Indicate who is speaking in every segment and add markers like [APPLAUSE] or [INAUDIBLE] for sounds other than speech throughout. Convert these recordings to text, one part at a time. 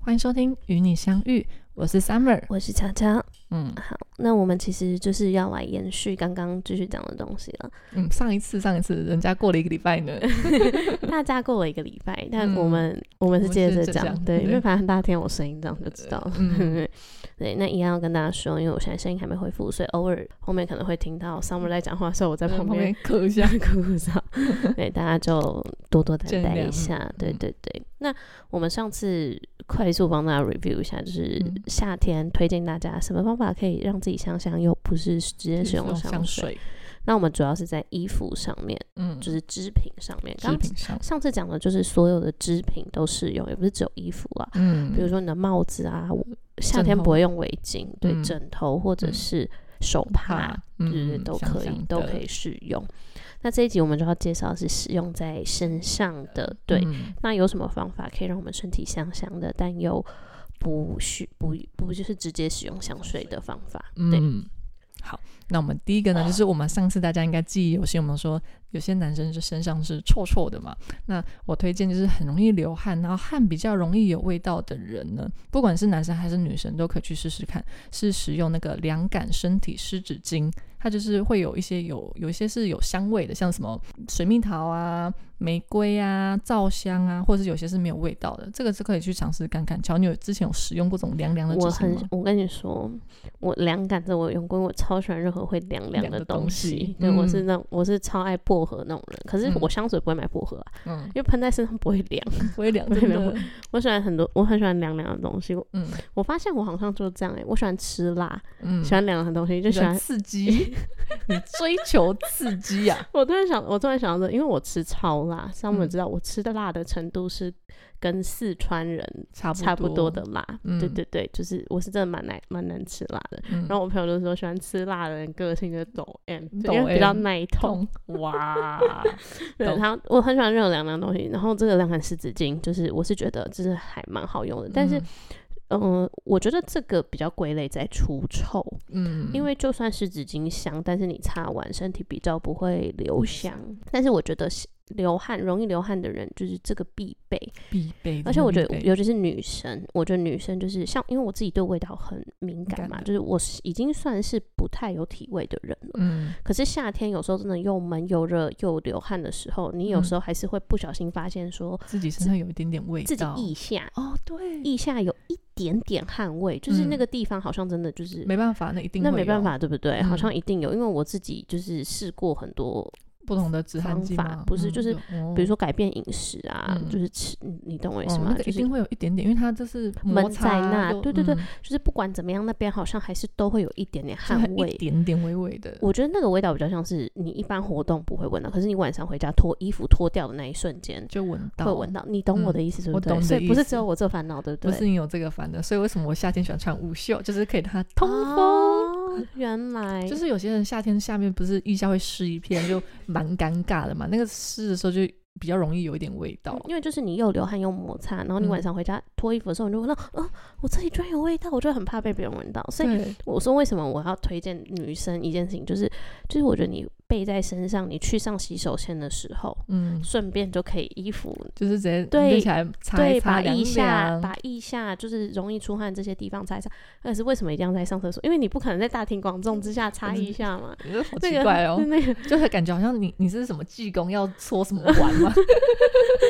Speaker 1: 欢迎收听《与你相遇》，我是 Summer。
Speaker 2: 我是强强。
Speaker 1: 嗯
Speaker 2: 好，那我们其实就是要来延续刚刚继续讲的东西
Speaker 1: [LAUGHS]
Speaker 2: 了。
Speaker 1: 嗯，上一次上一次人家过了一个礼拜呢，
Speaker 2: 大家过了一个礼拜，但
Speaker 1: 嗯
Speaker 2: 我们、我们是接着
Speaker 1: 我
Speaker 2: 讲
Speaker 1: 们是，
Speaker 2: 对，
Speaker 1: 对
Speaker 2: 因为反正大家 [LAUGHS] 听我声音这样就知道了。 [LAUGHS]
Speaker 1: 嗯
Speaker 2: 对，那一样要跟大家说，因为我现在声音还没恢复，所以偶尔后面可能会听到 Summer 在讲话的时候，我在
Speaker 1: 在
Speaker 2: 旁
Speaker 1: 旁
Speaker 2: 边
Speaker 1: 边咳一下。
Speaker 2: 哭
Speaker 1: [LAUGHS]
Speaker 2: 哭笑，对，大家就多多担
Speaker 1: 见
Speaker 2: 待
Speaker 1: 谅
Speaker 2: 一下，对
Speaker 1: 嗯
Speaker 2: 对对。那我们上次快速帮大家 review 一下，就是
Speaker 1: 嗯
Speaker 2: 夏天推荐大家什么方法可以让自己香香，又不是直接使用香
Speaker 1: 香
Speaker 2: 水。，那我们主要是在衣服上面，
Speaker 1: 嗯，
Speaker 2: 就是织品上面。
Speaker 1: 织
Speaker 2: 刚
Speaker 1: 品上，
Speaker 2: 上次讲的就是所有的织品都适用，也不是只有衣服啊，
Speaker 1: 嗯
Speaker 2: 比如说你的帽子啊，我夏
Speaker 1: 枕
Speaker 2: 天
Speaker 1: 头
Speaker 2: 不会用围巾，对，
Speaker 1: 嗯
Speaker 2: 枕头或者
Speaker 1: 嗯
Speaker 2: 是手帕。对对，都可以，都可以，使用。那这一集我们就要介绍是使用在身上的，对。
Speaker 1: 嗯
Speaker 2: 那有什么方法可以让我们身体香香的，但又不需不不就是直接使用香水的方法？对，
Speaker 1: 嗯，好，那我们第一个呢，就是我们上次大家应该记忆犹新，我们说有些男生就身上是臭臭的嘛。那我推荐就是很容易流汗，然后汗比较容易有味道的人呢，不管是男生还是女生，都可以去试试看，是使用那个凉感身体湿纸巾。它就是会有一些有有一些是有香味的，像什么水蜜桃啊、玫瑰啊、皂香啊，或者是有些是没有味道的，这个是可以去尝试看看。乔，你有之前有使用过这种凉凉的纸
Speaker 2: 我
Speaker 1: 巾
Speaker 2: 很
Speaker 1: 吗？
Speaker 2: 我跟你说，我凉感这我有用过，因为我超喜欢任何会凉凉
Speaker 1: 凉
Speaker 2: 的
Speaker 1: 的东西
Speaker 2: 对，我是
Speaker 1: 嗯
Speaker 2: 那种我是超爱薄荷那种人，可是
Speaker 1: 嗯
Speaker 2: 我香水不会买薄荷啊，
Speaker 1: 嗯，
Speaker 2: 因为喷在身上不会凉。 [LAUGHS]
Speaker 1: 不会凉，
Speaker 2: 不会
Speaker 1: 真
Speaker 2: 凉
Speaker 1: 的，
Speaker 2: 我喜欢很多，我很喜欢凉凉的东西。我
Speaker 1: 嗯。
Speaker 2: 我发现我好像就这样哎、我喜欢吃辣，
Speaker 1: 嗯
Speaker 2: 喜欢凉的东西，就
Speaker 1: 你
Speaker 2: 喜欢。
Speaker 1: 刺激，你追求刺激呀、
Speaker 2: [LAUGHS] 我突然想，我突然想到这，因为我吃超辣，像我们
Speaker 1: 嗯
Speaker 2: 知道，我吃的辣的程度是跟四川人
Speaker 1: [LAUGHS] 差
Speaker 2: 差不多的。辣。对
Speaker 1: 嗯
Speaker 2: 对对，就是我是真的蛮难蛮能吃辣的。
Speaker 1: 嗯，
Speaker 2: 然后我朋友就说，喜欢吃辣的人个性就抖 M，
Speaker 1: 抖
Speaker 2: 因为比较
Speaker 1: M，
Speaker 2: 耐痛。
Speaker 1: [LAUGHS] 哇，
Speaker 2: 对，
Speaker 1: 懂
Speaker 2: 他我很喜欢热凉凉的东西。然后这个凉感湿纸巾，就是我是觉得就是还蛮好用的，但是。嗯、我觉得这个比较归类在除臭，
Speaker 1: 嗯，
Speaker 2: 因为就算湿纸巾香，但是你擦完身体比较不会
Speaker 1: 嗯
Speaker 2: 留香。但是我觉得是流汗容易流汗的人，就是这个必备。
Speaker 1: 必备，
Speaker 2: 而且我觉得，
Speaker 1: 嗯必备
Speaker 2: 尤其是女生，我觉得女生就是像，因为我自己对味道很敏感
Speaker 1: 感
Speaker 2: 嘛，
Speaker 1: 的
Speaker 2: 就是我是已经算是不太有体味的人了。
Speaker 1: 嗯，
Speaker 2: 可是夏天有时候真的又闷又热又流汗的时候，你有
Speaker 1: 嗯
Speaker 2: 时候还是会不小心发现说
Speaker 1: 自己身上有一点点味道，
Speaker 2: 自己腋下
Speaker 1: 哦，对，
Speaker 2: 腋下有一点点汗味，就是那
Speaker 1: 嗯
Speaker 2: 个地方好像真的就是
Speaker 1: 没办法，那一定
Speaker 2: 那
Speaker 1: 会
Speaker 2: 没办
Speaker 1: 有
Speaker 2: 法，对不对？
Speaker 1: 嗯
Speaker 2: 好像一定有，因为我自己就是试过很多，
Speaker 1: 不同的止汗
Speaker 2: 方
Speaker 1: 剂嗯
Speaker 2: 法
Speaker 1: 吗
Speaker 2: 不是就是
Speaker 1: 比
Speaker 2: 比如说改变饮食啊，
Speaker 1: 嗯
Speaker 2: 就是吃，你你懂我意思
Speaker 1: 哦，
Speaker 2: 吗？
Speaker 1: 那个
Speaker 2: 就
Speaker 1: 一
Speaker 2: 是
Speaker 1: 定会有一点点，因为它就是摩
Speaker 2: 闷
Speaker 1: 擦
Speaker 2: 在那
Speaker 1: 又
Speaker 2: 对对对
Speaker 1: 嗯
Speaker 2: 就是不管怎么样，那边好像还是都会有一点点
Speaker 1: 就
Speaker 2: 汗
Speaker 1: 很一
Speaker 2: 味。
Speaker 1: 点点微微的，
Speaker 2: 我觉得那个味道比较像是你一般活动不会闻到，可是你晚上回家脱衣服脱掉的那一瞬间
Speaker 1: 就闻到，
Speaker 2: 会闻到。你懂我的意思对
Speaker 1: 嗯
Speaker 2: 不
Speaker 1: 我
Speaker 2: 对？
Speaker 1: 懂你的
Speaker 2: 所以不是
Speaker 1: 意思
Speaker 2: 只有我这烦恼，对
Speaker 1: 不
Speaker 2: 对？
Speaker 1: 是你有这个烦的，所以为什么我夏天喜欢穿无袖，就是可以让它通风。 [LAUGHS]
Speaker 2: 哦，原来
Speaker 1: 就是有些人夏天下面不是腋下会湿一片，就蛮尴尬的嘛。那个湿的时候就比较容易有一点味道
Speaker 2: 嗯。因为就是你又流汗又摩擦，然后你晚
Speaker 1: 嗯
Speaker 2: 上回家脱衣服的时候，你就闻到，啊，我这里居然有味道，我就很怕被别人闻到。所以
Speaker 1: 对，
Speaker 2: 我说为什么我要推荐女生一件事情，就是就是我觉得你背在身上，你去上洗手间的时候，
Speaker 1: 嗯，
Speaker 2: 顺便就可以衣服。
Speaker 1: 就是直接
Speaker 2: 对
Speaker 1: 拎起来擦一
Speaker 2: 对，
Speaker 1: 擦，
Speaker 2: 把
Speaker 1: 凉
Speaker 2: 腋下、
Speaker 1: 凉。
Speaker 2: 把腋下就是容易出汗这些地方擦一擦。但是为什么一定要在上厕所？因为你不可能在大庭广众
Speaker 1: [LAUGHS]
Speaker 2: 之下擦腋下嘛。
Speaker 1: 你这好
Speaker 2: 那
Speaker 1: 奇
Speaker 2: 个嗯
Speaker 1: 怪哦，
Speaker 2: 那个
Speaker 1: 就是感觉好像你你是什么济公要搓什么丸
Speaker 2: [LAUGHS]
Speaker 1: 吗？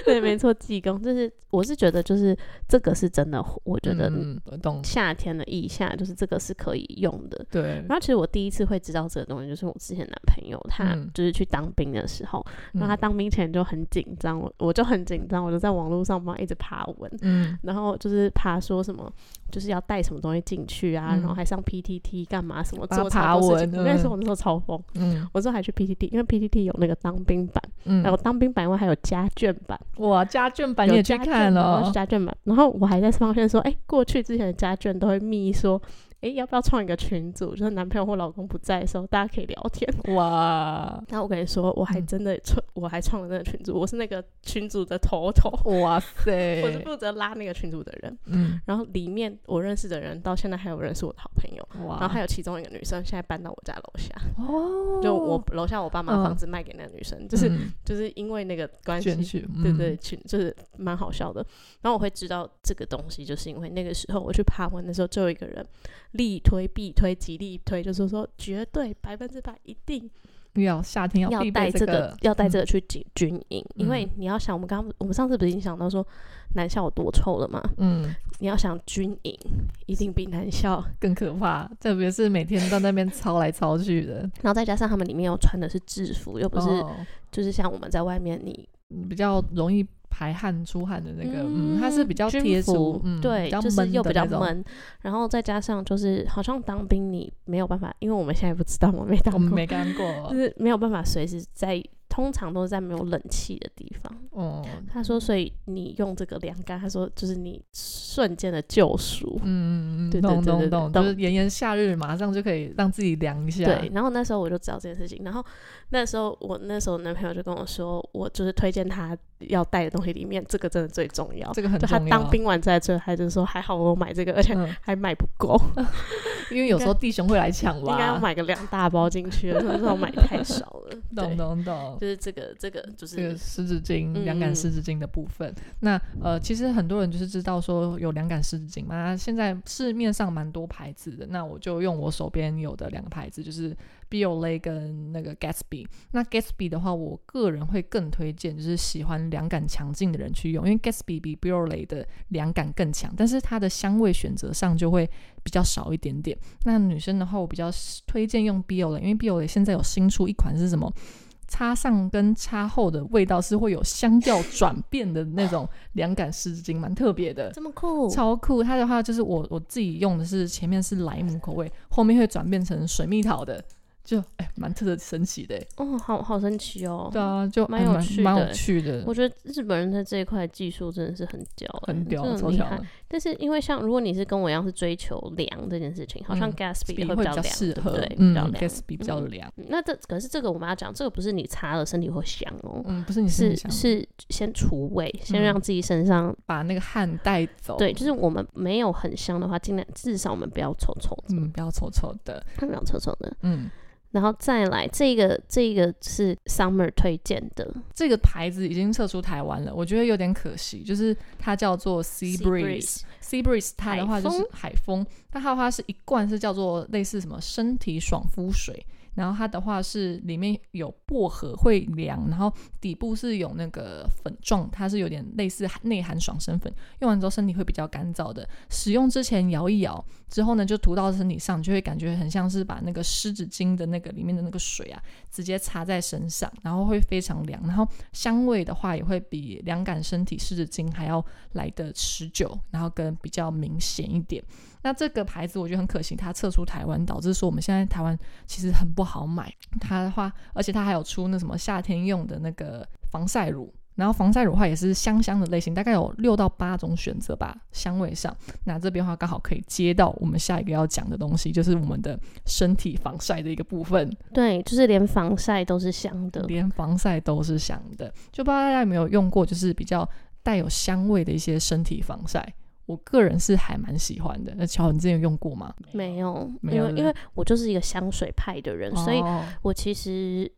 Speaker 2: 对，没错，济公就是我是觉得就是这个是真的，我觉得
Speaker 1: 嗯，我懂。
Speaker 2: 夏天的腋下，就是这个是可以用的。
Speaker 1: 对，
Speaker 2: 然后其实我第一次会知道这个东西，就是我之前男朋友他
Speaker 1: 嗯
Speaker 2: 就是去当兵的时候，然后他
Speaker 1: 嗯
Speaker 2: 当兵前就很紧张，我我就很紧张，我就在网络上帮他一直爬文，
Speaker 1: 嗯，
Speaker 2: 然后就是爬说什么就是要带什么东西进去啊，
Speaker 1: 嗯
Speaker 2: 然后还上 PTT 干嘛什么
Speaker 1: 帮他
Speaker 2: 做超多事情
Speaker 1: 爬文
Speaker 2: 那时候我那时候超疯，
Speaker 1: 嗯
Speaker 2: 我之后还去 PTT，因为 PTT 有那个当兵版，然后
Speaker 1: 嗯，
Speaker 2: 当兵版外还有家眷版。
Speaker 1: 哇，家眷版
Speaker 2: 有
Speaker 1: 你也去
Speaker 2: 家眷
Speaker 1: 看
Speaker 2: 嘛我
Speaker 1: 了哦
Speaker 2: 要去？家眷版，然后我还在发现说，哎、过去之前的家眷都会密说，诶，要不要创一个群组？就是男朋友或老公不在的时候，大家可以聊天。
Speaker 1: 哇
Speaker 2: 那我跟你说，我还
Speaker 1: 嗯
Speaker 2: 真的创，我还创了那个群组，我是那个群组的头头，
Speaker 1: 哇
Speaker 2: 我是
Speaker 1: 塞，
Speaker 2: 负责拉那个群组的人。
Speaker 1: 嗯，
Speaker 2: 然后里面我认识的人，到现在还有人是我的好朋友。
Speaker 1: 哇，
Speaker 2: 然后还有其中一个女生现在搬到我家楼下，
Speaker 1: 哦，
Speaker 2: 就我楼下我爸妈
Speaker 1: 嗯
Speaker 2: 房子卖给那个女生，就是、
Speaker 1: 嗯
Speaker 2: 就是因为那个关系，
Speaker 1: 卷曲，
Speaker 2: 对
Speaker 1: 嗯
Speaker 2: 对，，群就是蛮好笑的。然后我会知道这个东西，就是因为那个时候我去爬文的时候，就有一个人力推、必推、极力推，就是说绝对百分之百一定
Speaker 1: 要夏天
Speaker 2: 要
Speaker 1: 必备
Speaker 2: 带
Speaker 1: 这
Speaker 2: 个，要带这个去军军营，因为
Speaker 1: 嗯
Speaker 2: 你要想，我们刚刚我们上次不是已经讲到说南校有多臭了吗？
Speaker 1: [LAUGHS] 嗯，嗯，
Speaker 2: 你要想军营一定比南校，
Speaker 1: 更可怕，特别是每天到那边操来操去的，
Speaker 2: 然后再加上他们里面又穿的是制服， [LAUGHS] 又不是、
Speaker 1: 哦
Speaker 2: 就是像我们在外面你
Speaker 1: 嗯比较容易排汗出汗的那个，嗯，它是比较
Speaker 2: 军
Speaker 1: 贴
Speaker 2: 服
Speaker 1: 住，嗯，
Speaker 2: 对，
Speaker 1: 比较
Speaker 2: 就是
Speaker 1: 闷
Speaker 2: 又
Speaker 1: 的
Speaker 2: 比较
Speaker 1: 那种，
Speaker 2: 闷，然后再加上就是好像当兵你没有办法，因为我们现在不知道嘛，没当
Speaker 1: 我
Speaker 2: [LAUGHS] 过，
Speaker 1: 们没干
Speaker 2: 就
Speaker 1: 过，
Speaker 2: 是没有办法随时在，通常都是在没有冷气的地方。
Speaker 1: 哦，
Speaker 2: 他说，所以你用这个凉杆，他说就是你瞬间的救赎。
Speaker 1: 嗯，嗯嗯
Speaker 2: 对对
Speaker 1: 懂
Speaker 2: 对对
Speaker 1: 懂
Speaker 2: 对
Speaker 1: 懂，
Speaker 2: 懂
Speaker 1: 就是炎炎夏日，马上就可以让自己凉一下，
Speaker 2: 对，，然后那时候我就知道这件事情，然后那时候我那时候男朋友就跟我说，我就是推荐他要带的东西里面，这个真的最重要。
Speaker 1: 这个很
Speaker 2: 就他
Speaker 1: 重要。啊
Speaker 2: 当兵完再最后，他就说还好我有买这个，而且
Speaker 1: 嗯，
Speaker 2: 还买不够。
Speaker 1: 因
Speaker 2: [LAUGHS]
Speaker 1: 为有时候弟兄会来抢吧，
Speaker 2: 应该要买个两大包进去，那时候买太少
Speaker 1: [LAUGHS]
Speaker 2: 了。
Speaker 1: 懂
Speaker 2: 对，
Speaker 1: 懂懂。
Speaker 2: 就是这个这个就
Speaker 1: 这个
Speaker 2: 是
Speaker 1: 湿纸巾、
Speaker 2: 嗯
Speaker 1: 凉
Speaker 2: 嗯
Speaker 1: 感湿纸巾的部分，那呃，其实很多人就是知道说有凉感湿纸巾嘛，现在市面上蛮多牌子的。那我就用我手边有的两个牌子，就是 Biolay 跟那个 Gatsby。那 Gatsby 的话，我个人会更推荐，就是喜欢凉感强劲的人去用，因为 Gatsby 比 Biolay 的凉感更强，但是它的香味选择上就会比较少一点点。那女生的话，我比较推荐用 Biolay，因为 Biolay 现在有新出一款是什么？擦上跟擦后的味道是会有香调转变的那种凉感湿纸巾，蛮特别的。
Speaker 2: 这么酷，
Speaker 1: 超酷！它的话就是我我自己用的是前面是莱姆口味，后面会转变成水蜜桃的，就哎蛮特神奇的、
Speaker 2: 哦，好好神奇哦。
Speaker 1: 对啊，就
Speaker 2: 蛮
Speaker 1: 哎
Speaker 2: 有趣的
Speaker 1: 蛮有趣的
Speaker 2: 我，觉得日本人在这一块技术真的是很屌、欸，
Speaker 1: 很屌，
Speaker 2: 真的
Speaker 1: 超
Speaker 2: 很厉
Speaker 1: 强
Speaker 2: 害。
Speaker 1: 的，
Speaker 2: 但是因为像如果你是跟我一样是追求凉这件事情，好像
Speaker 1: 嗯
Speaker 2: Gatsby
Speaker 1: 会
Speaker 2: 比较
Speaker 1: 较
Speaker 2: 凉，
Speaker 1: 适合，
Speaker 2: 对不对？比
Speaker 1: 嗯
Speaker 2: 较凉。
Speaker 1: ，Gatsby 比较凉，
Speaker 2: 嗯那这可是这个我们要讲，这个不是你擦了身体会香哦，
Speaker 1: 嗯，不是你
Speaker 2: 是
Speaker 1: 想
Speaker 2: 是先除味，先
Speaker 1: 嗯哦
Speaker 2: 让自己身上、
Speaker 1: 把那个汗带走，
Speaker 2: 对，就是我们没有很香的话，尽量至少我们不要臭臭的，
Speaker 1: 嗯，不要臭臭的，
Speaker 2: 不要臭臭的。
Speaker 1: 嗯，
Speaker 2: 然后再来这个这个是 Summer 推荐的
Speaker 1: 这个牌子已经撤出台湾了，我觉得有点可惜，就是它叫做 Sea Breeze。Sea Breeze 它的话就是海风，那它的话是一罐是叫做类似什么身体爽肤水，然后它的话是里面有薄荷会凉，然后底部是有那个粉状，它是有点类似内含爽身粉，用完之后身体会比较干燥的。使用之前摇一摇，之后呢就涂到身体上，就会感觉很像是把那个湿纸巾的那个里面的那个水啊，直接擦在身上，然后会非常凉，然后香味的话也会比凉感身体湿纸巾还要来的持久，然后跟比较明显一点。那这个牌子我觉得很可惜，它撤出台湾，导致说我们现在台湾其实很不好买它的话，而且它还有出那什么夏天用的那个防晒乳。然后防晒乳的话也是香香的类型，大概有六到八种选择吧，香味上。那这边的话刚好可以接到我们下一个要讲的东西，就是我们的身体防晒的一个部分。
Speaker 2: 对，就是连防晒都是香的。
Speaker 1: 连防晒都是香的。就不知道大家有没有用过，就是比较带有香味的一些身体防晒。我个人是还蛮喜欢的。那乔，你之前有用过吗？
Speaker 2: 没有，
Speaker 1: 没
Speaker 2: 因
Speaker 1: 有
Speaker 2: 为
Speaker 1: 了
Speaker 2: 因为我就是一个香水派的人，所以
Speaker 1: 哦
Speaker 2: 我其实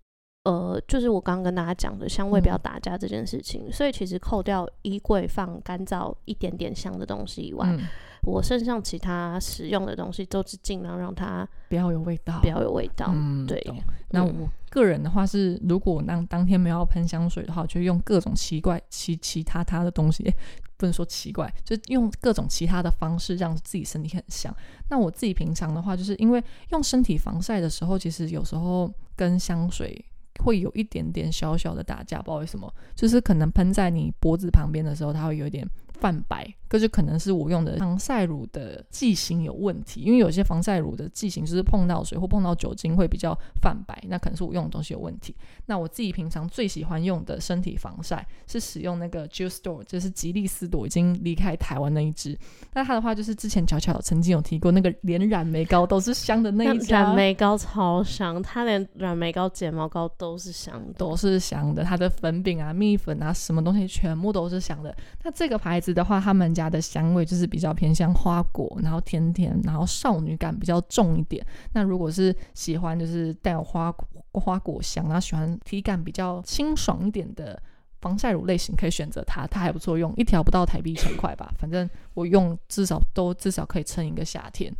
Speaker 2: 呃，就是我刚刚跟大家讲的香味不要
Speaker 1: 嗯
Speaker 2: 打架这件事情，所以其实扣掉衣柜放干燥一点点香的东西以外，
Speaker 1: 嗯，
Speaker 2: 我身上其他使用的东西都是尽量让它
Speaker 1: 不要有味道，
Speaker 2: 不要有味道。
Speaker 1: 哦嗯，
Speaker 2: 对
Speaker 1: 懂那
Speaker 2: 嗯
Speaker 1: 我个人的话是，如果当当天没有要喷香水的话，我就用各种奇怪、其其他他的东西，诶不能说奇怪，就是用各种其他的方式让自己身体很香。那我自己平常的话，就是因为用身体防晒的时候，其实有时候跟香水。会有一点点小小的打架，不知道为什么，就是可能喷在你脖子旁边的时候，它会有一点泛白，这就可能是我用的防晒乳的剂型有问题，因为有些防晒乳的剂型就是碰到水或碰到酒精会比较泛白，那可能是我用的东西有问题。那我自己平常最喜欢用的身体防晒是使用那个 Juice Store，就是吉利斯朵已经离开台湾那一支。那它的话就是之前巧巧曾经有提过那个连染眉膏都是香的那
Speaker 2: 那
Speaker 1: 一家，
Speaker 2: 染眉膏超香，它连染眉膏、睫毛膏都是香的。
Speaker 1: 都是香的，它的粉饼啊、蜜粉啊，什么东西全部都是香的。那这个牌子的话，他们家的香味就是比较偏向花果，然后甜甜，然后少女感比较重一点。那如果是喜欢就是带有花果花果香，然后喜欢体感比较清爽一点的。防晒乳类型可以选择它，它还不错用，一条不到台币一千块吧，反正我用至少都至少可以撑一个夏天。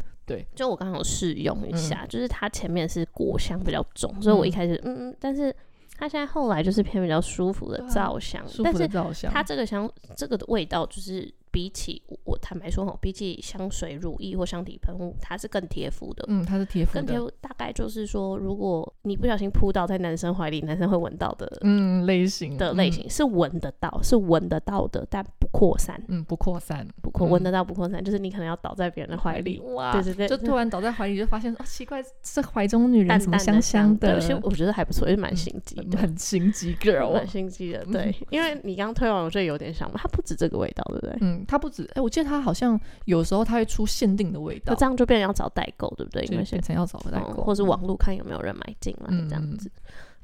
Speaker 2: 就我刚好试用一
Speaker 1: 嗯
Speaker 2: 下，就是它前面是果香比较重，所以我一开始嗯嗯，但是它现在后来就是偏比较舒服的
Speaker 1: 对啊
Speaker 2: 皂香，
Speaker 1: 舒
Speaker 2: 但
Speaker 1: 服的
Speaker 2: 是
Speaker 1: 皂香，
Speaker 2: 它这个香这个的味道就是。比起我我坦白说哈，比起香水、乳液或香体喷雾，它是更贴肤的。
Speaker 1: 嗯，它是贴肤
Speaker 2: 更贴
Speaker 1: 的，
Speaker 2: 肤大概就是说，如果你不小心扑倒在男生怀里，男生会闻到的、
Speaker 1: 嗯，类型
Speaker 2: 的类，型是闻得到，是闻得到的，但不扩散。
Speaker 1: 嗯嗯，不扩散。
Speaker 2: 不扩
Speaker 1: 嗯
Speaker 2: 闻得到不扩散，就是你可能要倒在别人的怀里。
Speaker 1: 哇
Speaker 2: 对对对，
Speaker 1: 就突然倒在怀里，就发现哦，奇怪，这怀中女人
Speaker 2: 淡
Speaker 1: 怎么
Speaker 2: 淡的
Speaker 1: 香
Speaker 2: 香
Speaker 1: 的，
Speaker 2: 对其实我觉得还不错，也蛮心机
Speaker 1: 很 [LAUGHS]
Speaker 2: 的，
Speaker 1: 很心机 girl
Speaker 2: 蛮。心机的。
Speaker 1: 嗯
Speaker 2: 对，因为你刚推完，我就有点想嘛，它不止这个味道，对不对？
Speaker 1: 嗯，它不止，哎，我记得它好像有时候它会出限定的味
Speaker 2: 那
Speaker 1: 道，
Speaker 2: 这样就变成要找代购，对不对？因
Speaker 1: 就
Speaker 2: 为
Speaker 1: 变
Speaker 2: 现
Speaker 1: 成要找个代
Speaker 2: 嗯
Speaker 1: 购，
Speaker 2: 或是
Speaker 1: 嗯
Speaker 2: 网。络看有没有人买进来
Speaker 1: 嗯
Speaker 2: 这样子。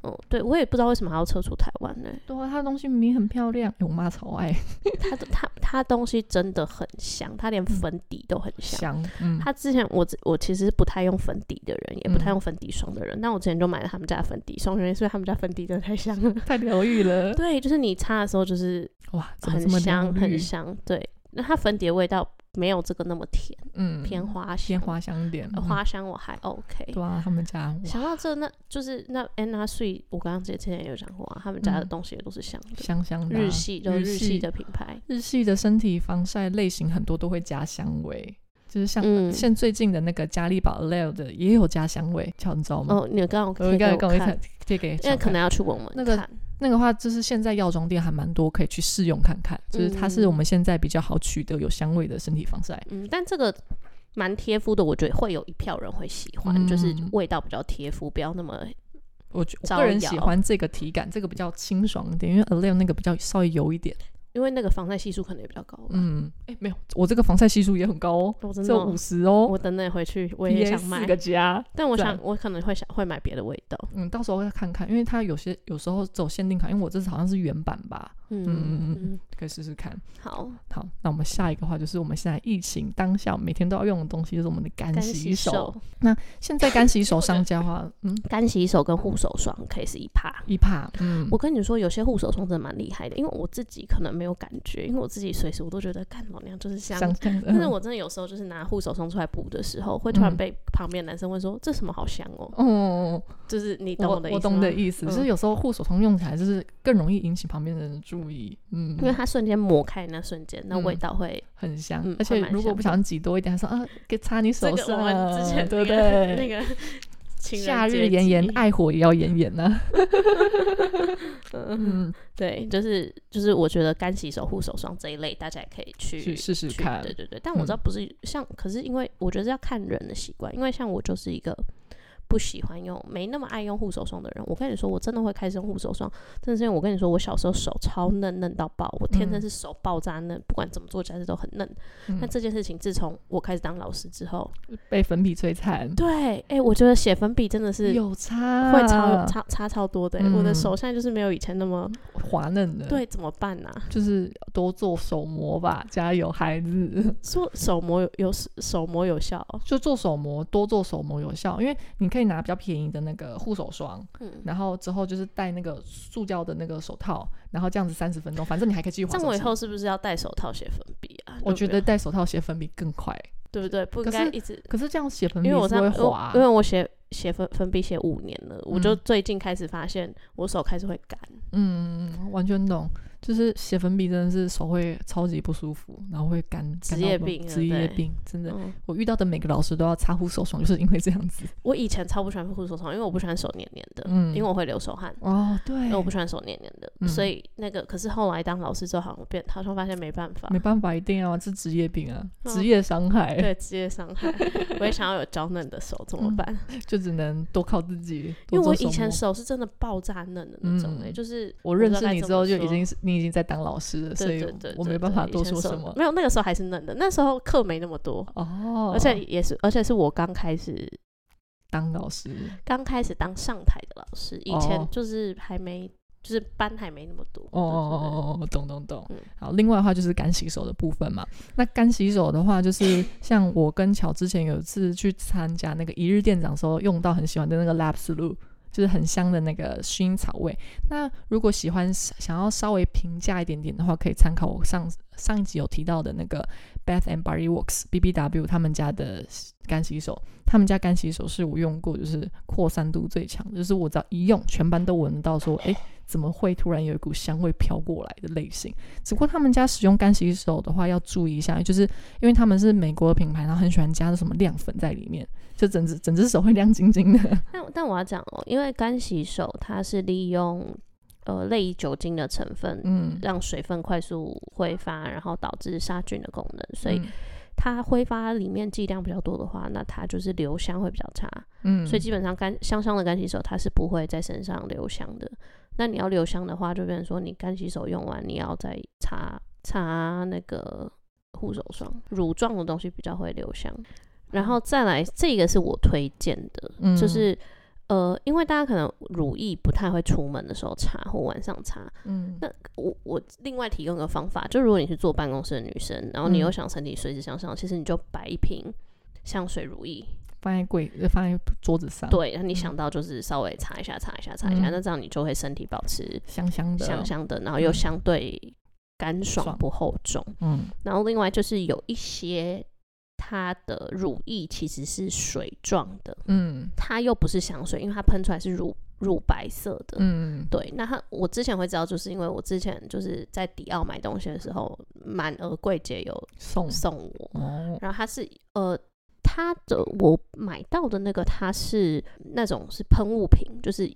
Speaker 2: 嗯，对我也不知道为什么还要撤出台湾呢、
Speaker 1: 对啊，它的东西明明很漂亮，哎我妈超
Speaker 2: [LAUGHS]
Speaker 1: 爱
Speaker 2: 它的它它东西真的很香，它连粉底都很香。
Speaker 1: 嗯香，嗯，
Speaker 2: 它之前我只我其实是不太用粉底的人，也不太
Speaker 1: 嗯
Speaker 2: 用粉底霜的人，但我之前就买了他们家的粉底霜，原因是因为他们家粉底真的太香
Speaker 1: [LAUGHS]
Speaker 2: 了。
Speaker 1: 太疗愈了，
Speaker 2: 对，就是你擦的时候就是
Speaker 1: 哇，怎么这
Speaker 2: 很
Speaker 1: 么
Speaker 2: 香
Speaker 1: 疗愈
Speaker 2: 很，香，对。那它粉底的味道没有这个那么甜，
Speaker 1: 嗯，
Speaker 2: 偏花香，
Speaker 1: 偏花香一点，嗯
Speaker 2: 呃花香我还 OK。
Speaker 1: 对啊，他们家哇
Speaker 2: 想到这，那就是那 Anna Sui，我刚刚之前也有讲过啊，他们家的
Speaker 1: 嗯
Speaker 2: 东西也都是香的，
Speaker 1: 香香的啊
Speaker 2: 日系就是
Speaker 1: 日
Speaker 2: 日
Speaker 1: 系
Speaker 2: 系的品牌，
Speaker 1: 日系的身体防晒类型很多都会加香味，就是像
Speaker 2: 嗯，
Speaker 1: 现最近的那个嘉利宝 Leo 的也有加香味，巧你知道吗？
Speaker 2: 哦，你刚刚
Speaker 1: 我应该跟我一起
Speaker 2: 看，
Speaker 1: 贴给
Speaker 2: 因
Speaker 1: 小
Speaker 2: 为可
Speaker 1: 看。
Speaker 2: 能要去闻闻
Speaker 1: 那个
Speaker 2: 看
Speaker 1: 那个话，就是现在药妆店还蛮多可以去试用看看，就是它是我们现在比较好取得有香味的身体防晒。
Speaker 2: 嗯，但这个蛮贴肤的，我觉得会有一票人会喜欢，
Speaker 1: 嗯
Speaker 2: 就是味道比较贴肤，不要那么
Speaker 1: 我觉我
Speaker 2: 招
Speaker 1: 个人
Speaker 2: 摇
Speaker 1: 喜欢这个体
Speaker 2: 哦
Speaker 1: 感，这个比较清爽一点，因为 Aleo 那个比较稍微油一点。
Speaker 2: 因为那个防晒系数可能也比较高吧。
Speaker 1: 嗯，哎、没有，我这个防晒系数也很高哦，
Speaker 2: 我真
Speaker 1: 只
Speaker 2: 的
Speaker 1: 有
Speaker 2: 哦、
Speaker 1: 五十哦
Speaker 2: 我等等回
Speaker 1: [LAUGHS]
Speaker 2: 去我也
Speaker 1: ，PA
Speaker 2: 想
Speaker 1: 四
Speaker 2: 买，
Speaker 1: 个加。
Speaker 2: 但我想
Speaker 1: 赞
Speaker 2: 我可能会想会买别的味道。
Speaker 1: 嗯，到时候要看看，因为它有些有时候只有限定款，因为我这次好像是原版吧，
Speaker 2: 嗯
Speaker 1: 嗯嗯
Speaker 2: 嗯，
Speaker 1: 可以试试看。
Speaker 2: 好，
Speaker 1: 好，那我们下一个话就是我们现在疫情当下每天都要用的东西，就是我们的干
Speaker 2: 干
Speaker 1: 洗
Speaker 2: 洗
Speaker 1: 手
Speaker 2: 手。、
Speaker 1: 现在干洗
Speaker 2: [LAUGHS]
Speaker 1: 手商家的话，嗯，
Speaker 2: 干洗手跟护手霜可以是一趴。
Speaker 1: 一帕，嗯，
Speaker 2: 我跟你说，有些护手霜真的蛮厉害的，因为我自己可能没有感觉，因为我自己随时我都觉得干老娘就是香
Speaker 1: 想象，
Speaker 2: 但是
Speaker 1: 嗯
Speaker 2: 我真的有时候就是拿护手霜出来补的时候，会突然
Speaker 1: 嗯
Speaker 2: 被旁边的男生问说：“这什么好香哦
Speaker 1: 哦，？”
Speaker 2: 就是你懂
Speaker 1: 我
Speaker 2: 的意思
Speaker 1: 我
Speaker 2: 吗
Speaker 1: 懂的意思，
Speaker 2: 嗯
Speaker 1: 就是有时候护手霜用起来就是更容易引起旁边的人的注意，嗯
Speaker 2: 因，为它瞬间抹开那瞬间，那
Speaker 1: 嗯
Speaker 2: 味道会。
Speaker 1: 很香
Speaker 2: 嗯，
Speaker 1: 而且
Speaker 2: 会蛮
Speaker 1: 如果
Speaker 2: 香
Speaker 1: 不小心挤多一点，还说啊，给擦你手
Speaker 2: 这个我们之前
Speaker 1: 上，嗯对
Speaker 2: 那
Speaker 1: 不
Speaker 2: 个 [LAUGHS] 那
Speaker 1: 对？
Speaker 2: 个情人
Speaker 1: 夏
Speaker 2: 节
Speaker 1: 日炎炎
Speaker 2: 集，
Speaker 1: 爱火也要炎炎呐，
Speaker 2: 嗯，
Speaker 1: 嗯，
Speaker 2: 对，就是就是，我觉得干洗手、护手霜这一类，大家也可以去
Speaker 1: 去试试
Speaker 2: 去
Speaker 1: 看嗯
Speaker 2: 对对对，但我知道不是像，可是因为我觉得是要看人的习惯，因为像我就是一个。不喜欢用没那么爱用护手霜的人，我跟你说，我真的会开始用护手霜，真的是因为我跟你说，我小时候手超嫩嫩到爆，我天生
Speaker 1: 嗯
Speaker 2: 是手爆炸嫩，不管怎么做家事都很嫩。那
Speaker 1: 嗯
Speaker 2: 这件事情自从我开始当老师之后，
Speaker 1: 被粉笔摧残，
Speaker 2: 对，哎、我觉得写粉笔真的是
Speaker 1: 有差，
Speaker 2: 会超差差超多的、欸我的
Speaker 1: 嗯
Speaker 2: 手现在就是没有以前那么
Speaker 1: 滑嫩的，，
Speaker 2: 对，怎么办呢、啊？
Speaker 1: 就是多做手模吧，加油，孩子。 [LAUGHS]
Speaker 2: 做手模有有手模有效哦、
Speaker 1: 就做手膜，多做手膜有效，因为你可以拿比较便宜的那个护手霜，
Speaker 2: 嗯，
Speaker 1: 然后之后就是戴那个塑胶的那个手套，然后这样子三十分钟，反正你还可以继续滑
Speaker 2: 这样
Speaker 1: 手
Speaker 2: 我以
Speaker 1: 机。
Speaker 2: 后是不是要戴手套写粉笔啊？
Speaker 1: 我
Speaker 2: 对不
Speaker 1: 觉得戴手套写粉笔更快，
Speaker 2: 对对不对？不
Speaker 1: 可
Speaker 2: 应
Speaker 1: 是
Speaker 2: 该一直，
Speaker 1: 可是这样写粉笔
Speaker 2: 因为我
Speaker 1: 是
Speaker 2: 这
Speaker 1: 会
Speaker 2: 样，
Speaker 1: 滑啊
Speaker 2: 我因，为我写写粉粉笔写五年了，我就
Speaker 1: 嗯
Speaker 2: 最近开始发现我手开始会干。
Speaker 1: 嗯，完全懂。就是写粉笔真的是手会超级不舒服，然后会干干
Speaker 2: 职
Speaker 1: 到
Speaker 2: 业
Speaker 1: 爆
Speaker 2: 病啊
Speaker 1: 职业
Speaker 2: 对
Speaker 1: 病真的，
Speaker 2: 嗯，
Speaker 1: 我遇到的每个老师都要擦护手霜，就是因为这样子。
Speaker 2: 我以前超不喜欢护手霜，因为我不喜欢手黏黏的，
Speaker 1: 嗯
Speaker 2: 因为我会流手汗。
Speaker 1: 哦，对
Speaker 2: 因为我不喜欢手黏黏的，
Speaker 1: 嗯
Speaker 2: 所以那个可是后来当老师之后，好像变，好像发现没办法，
Speaker 1: 没办法，一定要啊这职业病啊，
Speaker 2: 嗯
Speaker 1: 职业伤害，
Speaker 2: 对职业伤害。 [LAUGHS] 我也想要有娇嫩的手，怎么
Speaker 1: 嗯
Speaker 2: 办？
Speaker 1: [LAUGHS] 就只能多靠自己。
Speaker 2: 因为
Speaker 1: 多
Speaker 2: 我
Speaker 1: 做
Speaker 2: 以前
Speaker 1: 手
Speaker 2: 手是真的爆炸嫩的那种、
Speaker 1: 嗯
Speaker 2: 欸，就是
Speaker 1: 摸我
Speaker 2: 不知
Speaker 1: 认
Speaker 2: 道
Speaker 1: 识
Speaker 2: 该
Speaker 1: 你
Speaker 2: 怎
Speaker 1: 之后
Speaker 2: 么
Speaker 1: 就已
Speaker 2: 说
Speaker 1: 经是你已经在当老师了，所
Speaker 2: 对
Speaker 1: 以
Speaker 2: 对对，
Speaker 1: 我
Speaker 2: 对
Speaker 1: 没办
Speaker 2: 对
Speaker 1: 法
Speaker 2: 以
Speaker 1: 多
Speaker 2: 前
Speaker 1: 说
Speaker 2: 手
Speaker 1: 什么。
Speaker 2: 没有，那个时候还是嫩的，那时候课没那么多，
Speaker 1: 哦，
Speaker 2: 而且也是，而且是我刚开始
Speaker 1: 当老师，
Speaker 2: 刚开始当上台的老师，以
Speaker 1: 哦
Speaker 2: 前就是还没，就是班还没那么多。
Speaker 1: 哦哦
Speaker 2: 对对对
Speaker 1: 哦哦，懂懂懂
Speaker 2: 嗯。
Speaker 1: 好，另外的话就是干洗手的部分嘛。那干洗手的话，就是
Speaker 2: [LAUGHS]
Speaker 1: 像我跟巧之前有一次去参加那个一日店长的时候，用到很喜欢的那个 l a b s l u 就是很香的那个薰衣草味。那如果喜欢想要稍微平价一点点的话，可以参考我上上一集有提到的那个 Bath and Body Works B B W 他们家的干洗手，他们家干洗手是我用过就是扩散度最强的，就是我只要一用，全班都闻得到说，诶，怎么会突然有一股香味飘过来的类型？只不过他们家使用干洗手的话要注意一下，就是因为他们是美国的品牌，然后很喜欢加什么亮粉在里面，就整只整只手会亮晶晶的。
Speaker 2: 但但我要讲哦，因为干洗手它是利用呃类酒精的成分，
Speaker 1: 嗯，
Speaker 2: 让水分快速挥发，然后导致杀菌的功能，所以
Speaker 1: 嗯
Speaker 2: 它挥发里面剂量比较多的话，那它就是留香会比较差。
Speaker 1: 嗯，
Speaker 2: 所以基本上干香香的干洗手它是不会在身上留香的。那你要留香的话，就变成说你干洗手用完，你要再擦擦那个护手霜，乳状的东西比较会留香。然后再来，这个是我推荐的，
Speaker 1: 嗯
Speaker 2: 就是呃，因为大家可能乳液不太会出门的时候擦或晚上擦，
Speaker 1: 嗯
Speaker 2: 那我我另外提供个方法，就如果你是坐办公室的女生，然后你
Speaker 1: 嗯
Speaker 2: 又想身体随时向上，其实你就摆一瓶香水乳液，
Speaker 1: 放在柜呃放在桌子上，，
Speaker 2: 对，那你
Speaker 1: 嗯
Speaker 2: 想到就是稍微擦一下，擦一下，擦一下，
Speaker 1: 嗯
Speaker 2: 那这样你就会身体保持
Speaker 1: 香香的，
Speaker 2: 香，香的，然后又
Speaker 1: 嗯
Speaker 2: 相对干爽
Speaker 1: 爽
Speaker 2: 不厚重。
Speaker 1: 嗯
Speaker 2: 然后另外就是有一些它的乳液其实是水状的，
Speaker 1: 嗯
Speaker 2: 它又不是香水，因为它喷出来是乳乳白色的。
Speaker 1: 嗯，
Speaker 2: 对，那它我之前会知道，就是因为我之前就是在迪奥买东西的时候，满额柜姐有
Speaker 1: 送
Speaker 2: 送我，
Speaker 1: 哦，
Speaker 2: 然后它是呃，它的我买到的那个它是那种是喷雾瓶，就是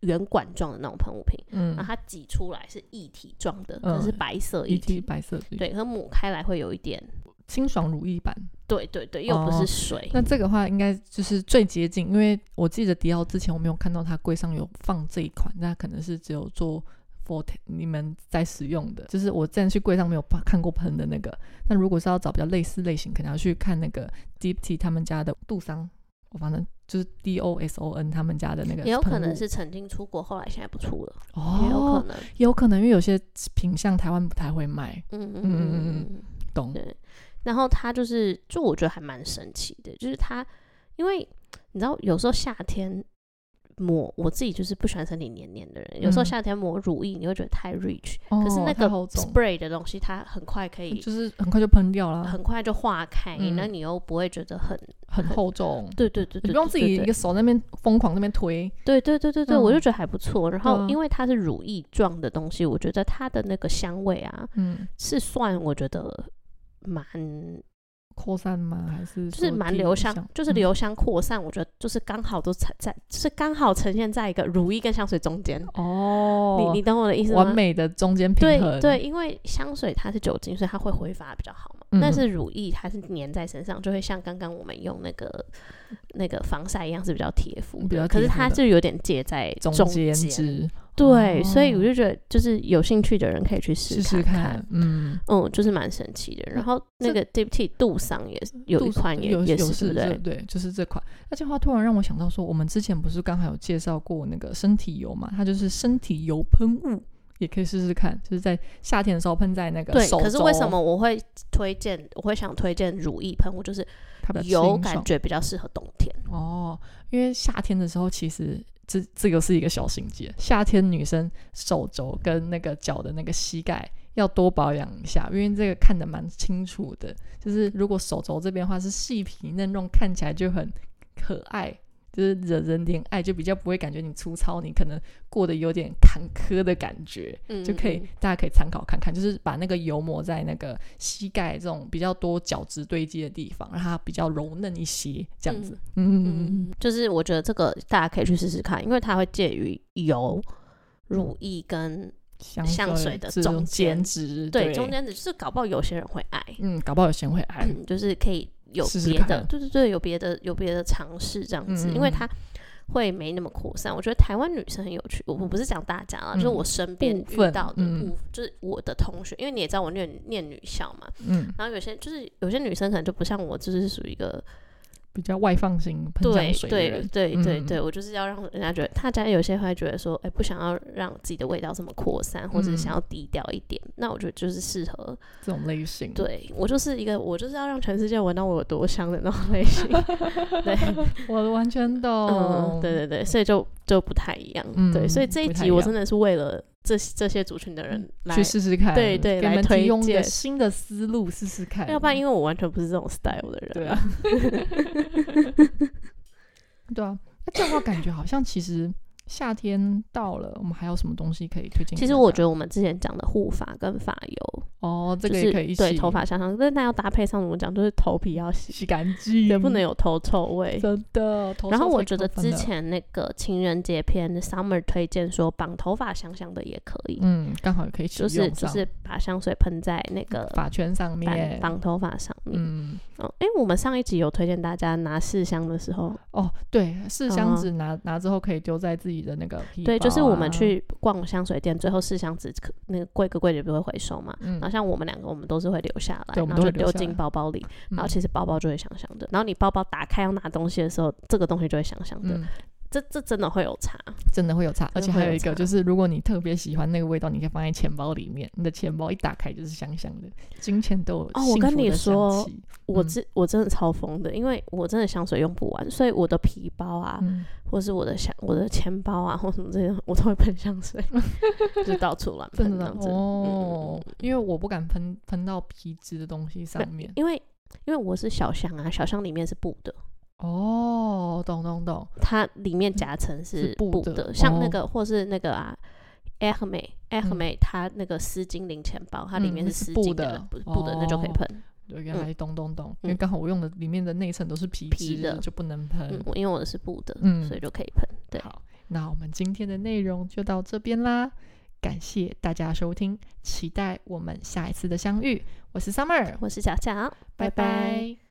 Speaker 2: 圆管状的那种喷雾瓶，
Speaker 1: 嗯
Speaker 2: 然后它挤出来是液体状的，
Speaker 1: 嗯
Speaker 2: 可是白色液
Speaker 1: 一
Speaker 2: 体，
Speaker 1: 滴 E 白色的，，
Speaker 2: 对，可是抹开来会有一点，
Speaker 1: 清爽如意版。
Speaker 2: 对对对，又不
Speaker 1: 哦
Speaker 2: 是水，
Speaker 1: 那这个话应该就是最接近，因为我记得迪奥之前我没有看到它柜上有放这一款，那可能是只有做 for 你们在使用的，就是我之前去柜上没有看看过喷的那个。那如果是要找比较类似类型，可能要去看那个 Deep T 他们家的杜桑，我反正就是 D O S O N 他们家的那个喷雾，
Speaker 2: 也有可能是曾经出国，后来现在不出了，
Speaker 1: 哦，
Speaker 2: 也有可能，
Speaker 1: 也有可能，因为有些品相台湾不太会卖，
Speaker 2: 嗯嗯
Speaker 1: 嗯
Speaker 2: 嗯
Speaker 1: 嗯
Speaker 2: 嗯嗯。
Speaker 1: 懂？
Speaker 2: 对，然后它就是，就我觉得还蛮神奇的，就是它，因为你知道，有时候夏天抹我自己就是不喜欢身体黏黏的人，有时候
Speaker 1: 嗯
Speaker 2: 夏天抹乳液你会觉得太 rich，、
Speaker 1: 哦
Speaker 2: 可是那个
Speaker 1: 太好懂
Speaker 2: spray 的东西它很快可以。
Speaker 1: 就是很快就喷掉了，
Speaker 2: 很快就化开，
Speaker 1: 嗯
Speaker 2: 那你又不会觉得很，
Speaker 1: 很厚重。
Speaker 2: [LAUGHS] 对对对对，
Speaker 1: 你不用
Speaker 2: 对
Speaker 1: 自己一
Speaker 2: 对
Speaker 1: 个手在那边疯狂在那边推，
Speaker 2: 对对对对对，我
Speaker 1: 嗯
Speaker 2: 就觉得还不错。然后
Speaker 1: 啊
Speaker 2: 因为它是乳液状的东西，我觉得它的那个香味啊，
Speaker 1: 嗯，
Speaker 2: 是算我觉得蛮
Speaker 1: 扩散吗？还是
Speaker 2: 就是
Speaker 1: 说
Speaker 2: 蛮
Speaker 1: 地
Speaker 2: 留
Speaker 1: 向
Speaker 2: 香，就是
Speaker 1: 嗯
Speaker 2: 留香扩散，我觉得就是刚好都在在，就是刚好呈现在一个乳液跟香水中间。
Speaker 1: 哦，
Speaker 2: 你你懂我的意思吗？
Speaker 1: 完美的中间平
Speaker 2: 对
Speaker 1: 衡，
Speaker 2: 对，，因为香水它是酒精，所以它会挥发比较好嘛。
Speaker 1: 嗯
Speaker 2: 但是乳液它是粘在身上，就会像刚刚我们用那个那个防晒一样，是比较贴肤的。
Speaker 1: 嗯比较
Speaker 2: 可是
Speaker 1: 贴肤
Speaker 2: 它
Speaker 1: 的
Speaker 2: 就有点介在
Speaker 1: 中
Speaker 2: 间
Speaker 1: 间。值
Speaker 2: 对，
Speaker 1: 哦
Speaker 2: 所以我就觉得，就是有兴趣的人可以去试
Speaker 1: 试试
Speaker 2: 看。
Speaker 1: 看，嗯，
Speaker 2: 嗯，就是蛮神奇的。然后那
Speaker 1: 这
Speaker 2: 个 Deep T 杜桑也有一
Speaker 1: 肚子
Speaker 2: 款也
Speaker 1: 有
Speaker 2: 也
Speaker 1: 有
Speaker 2: 是对不对
Speaker 1: 这？对，就是这款。那这话突然让我想到说，我们之前不是刚好有介绍过那个身体油嘛？它就是身体油喷雾，也可以试试看，就是在夏天的时候喷在那个
Speaker 2: 对，
Speaker 1: 手
Speaker 2: 可是为
Speaker 1: 肘
Speaker 2: 什么我会推荐？我会想推荐乳液喷雾，就是
Speaker 1: 它比较
Speaker 2: 油
Speaker 1: 清
Speaker 2: 感
Speaker 1: 爽
Speaker 2: 觉比较适合冬天。
Speaker 1: 哦，因为夏天的时候，其实这这个是一个小心结。夏天女生手肘跟那个脚的那个膝盖要多保养一下，因为这个看得蛮清楚的。就是如果手肘这边的话是细皮嫩肉，看起来就很可爱就是惹人怜爱，就比较不会感觉你粗糙，你可能过得有点坎坷的感觉，
Speaker 2: 嗯
Speaker 1: 就可以
Speaker 2: 嗯
Speaker 1: 大家可以参考看看，就是把那个油抹在那个膝盖这种比较多角质堆积的地方，让它比较柔嫩一些，这样子。嗯嗯嗯
Speaker 2: 嗯，就是我觉得这个大家可以去试试看，因为它会介于油、乳液跟
Speaker 1: 香
Speaker 2: 香水的
Speaker 1: 这
Speaker 2: 中
Speaker 1: 种
Speaker 2: 间
Speaker 1: 减脂，
Speaker 2: 对中间的，就是搞不好有些人会爱，
Speaker 1: 嗯，搞不好有些人会爱，
Speaker 2: 嗯，就是可以有
Speaker 1: 试试
Speaker 2: 别的，
Speaker 1: 看
Speaker 2: 对对对，有别的有别的尝试这样子，
Speaker 1: 嗯嗯
Speaker 2: 因为
Speaker 1: 嗯
Speaker 2: 它会没那么扩散。我觉得台湾女生很有趣，我我不是讲大家啊，就是
Speaker 1: 嗯
Speaker 2: 我身边
Speaker 1: 部
Speaker 2: 遇
Speaker 1: 分
Speaker 2: 到的，
Speaker 1: 嗯
Speaker 2: 部，就是我的同学，因为你也知道我念念女校嘛，
Speaker 1: 嗯，
Speaker 2: 然后有些就是有些女生可能就不像我，就是属于一个
Speaker 1: 比较外放型喷香
Speaker 2: 对
Speaker 1: 水的
Speaker 2: 对
Speaker 1: 人，
Speaker 2: 对
Speaker 1: 嗯
Speaker 2: 对
Speaker 1: 嗯
Speaker 2: 对，我就是要让人家觉得，大家有些会觉得说，哎，不想要让自己的味道这么扩散，或者
Speaker 1: 嗯
Speaker 2: 想要低调一点，那我觉得就是适合
Speaker 1: 这种类型， [LAUGHS]
Speaker 2: 对我就是一个，我就是要让全世界闻到我有多香的那种类型。对， [LAUGHS]
Speaker 1: 我完全懂
Speaker 2: 嗯，，对对对，所以就就不太一样。
Speaker 1: 嗯
Speaker 2: 对，所以这一
Speaker 1: 不太
Speaker 2: 集
Speaker 1: 一
Speaker 2: 我
Speaker 1: 样嗯
Speaker 2: 真的是为了这这些族群的人来
Speaker 1: 去，试试看，
Speaker 2: 对对
Speaker 1: 给
Speaker 2: 来
Speaker 1: 你们
Speaker 2: 推
Speaker 1: 提供一
Speaker 2: 荐
Speaker 1: 个新的思路试试看，
Speaker 2: 要不然因为我完全不是这种 style 的
Speaker 1: 对
Speaker 2: 人
Speaker 1: 啊
Speaker 2: 啊。， [LAUGHS]
Speaker 1: 对啊，那这样的话感觉好像其实夏天到了，我们还有什么东西可以推荐给大家？
Speaker 2: 其实我觉得我们之前讲的护发跟发油，
Speaker 1: 哦，这
Speaker 2: 就
Speaker 1: 个
Speaker 2: 是
Speaker 1: 也可以一起
Speaker 2: 对头发香香，但那要搭配上怎么讲，就是头皮要洗，
Speaker 1: 洗干净，
Speaker 2: 也不能有头臭
Speaker 1: [LAUGHS]
Speaker 2: 味。
Speaker 1: 真的。嗯啊头
Speaker 2: 然后
Speaker 1: 臭
Speaker 2: 我
Speaker 1: 才
Speaker 2: 觉得
Speaker 1: 扣分
Speaker 2: 之
Speaker 1: 的，
Speaker 2: 前那个情人节篇的 Summer 推荐说绑头发香香的也可以，
Speaker 1: 嗯，刚好也可以一起
Speaker 2: 就是
Speaker 1: 用
Speaker 2: 就
Speaker 1: 上嗯
Speaker 2: 是把香水喷在那个
Speaker 1: 发圈上
Speaker 2: 绑
Speaker 1: 面，
Speaker 2: 绑头发上面。
Speaker 1: 嗯，
Speaker 2: 哦，哎，我们上一集有推荐大家拿试香的时候，
Speaker 1: 哦，对，是箱
Speaker 2: 嗯
Speaker 1: 子拿拿之后可以丢在自己的那个皮
Speaker 2: 对，就
Speaker 1: 包
Speaker 2: 是我
Speaker 1: 啊，
Speaker 2: 们去逛香水店，最后试香纸可那个柜个柜姐不是会回收嘛？
Speaker 1: 嗯
Speaker 2: 然后像我们两个，我们都是会留下来，
Speaker 1: 对我
Speaker 2: 然
Speaker 1: 们
Speaker 2: 后就
Speaker 1: 都会留
Speaker 2: 丢
Speaker 1: 下
Speaker 2: 进
Speaker 1: 来
Speaker 2: 包包里，然后
Speaker 1: 嗯
Speaker 2: 其实包包就会香香的，然后你包包打开要拿东西的时候，这个东西就会香香的，
Speaker 1: 嗯，
Speaker 2: 这这真的会有差。
Speaker 1: 真的会有差，而
Speaker 2: 真的
Speaker 1: 且
Speaker 2: 会
Speaker 1: 还有
Speaker 2: 有
Speaker 1: 一个
Speaker 2: 差
Speaker 1: 就是，如果你特别喜欢那个味道，你可以放在钱包里面，你的钱包一打开就是香香的，金钱都有
Speaker 2: 哦我
Speaker 1: 幸
Speaker 2: 跟
Speaker 1: 福
Speaker 2: 你
Speaker 1: 的香
Speaker 2: 说
Speaker 1: 气
Speaker 2: 我
Speaker 1: 嗯
Speaker 2: 真、我真的超疯的，因为我真的香水用不完，所以我的皮包啊，
Speaker 1: 嗯，
Speaker 2: 或是我的香我的钱包啊，或什么这些，我都会喷香
Speaker 1: [LAUGHS]
Speaker 2: 水，就是到处乱喷
Speaker 1: 真
Speaker 2: 这
Speaker 1: 的
Speaker 2: 样子。嗯
Speaker 1: 哦，因为我不敢喷喷到皮质的东西上面。
Speaker 2: 因为因为我是小香啊，小香里面是布的，
Speaker 1: 哦，懂懂懂，
Speaker 2: 它里面夹层
Speaker 1: 嗯是布
Speaker 2: 布
Speaker 1: 的
Speaker 2: 像那
Speaker 1: 哦
Speaker 2: 个、或是那个啊。艾赫美，艾赫
Speaker 1: 嗯
Speaker 2: 美，它那个丝巾零钱包，它里
Speaker 1: 嗯
Speaker 2: 面
Speaker 1: 那是
Speaker 2: 丝
Speaker 1: 布
Speaker 2: 巾
Speaker 1: 的
Speaker 2: 不是布的那就可以
Speaker 1: 哦
Speaker 2: 喷。
Speaker 1: 对，原来懂懂懂，因为
Speaker 2: 嗯
Speaker 1: 刚好我用的里面的内层都是皮
Speaker 2: 皮
Speaker 1: 质
Speaker 2: 的
Speaker 1: 就不能喷
Speaker 2: 嗯。，我因为我是布的，
Speaker 1: 嗯
Speaker 2: 所以就可以喷。对，
Speaker 1: 好，那我们今天的内容就到这边啦，感谢大家收听，期待我们下一次的相遇。我是 Summer，
Speaker 2: 我是小乔，
Speaker 1: 拜
Speaker 2: 拜拜
Speaker 1: 拜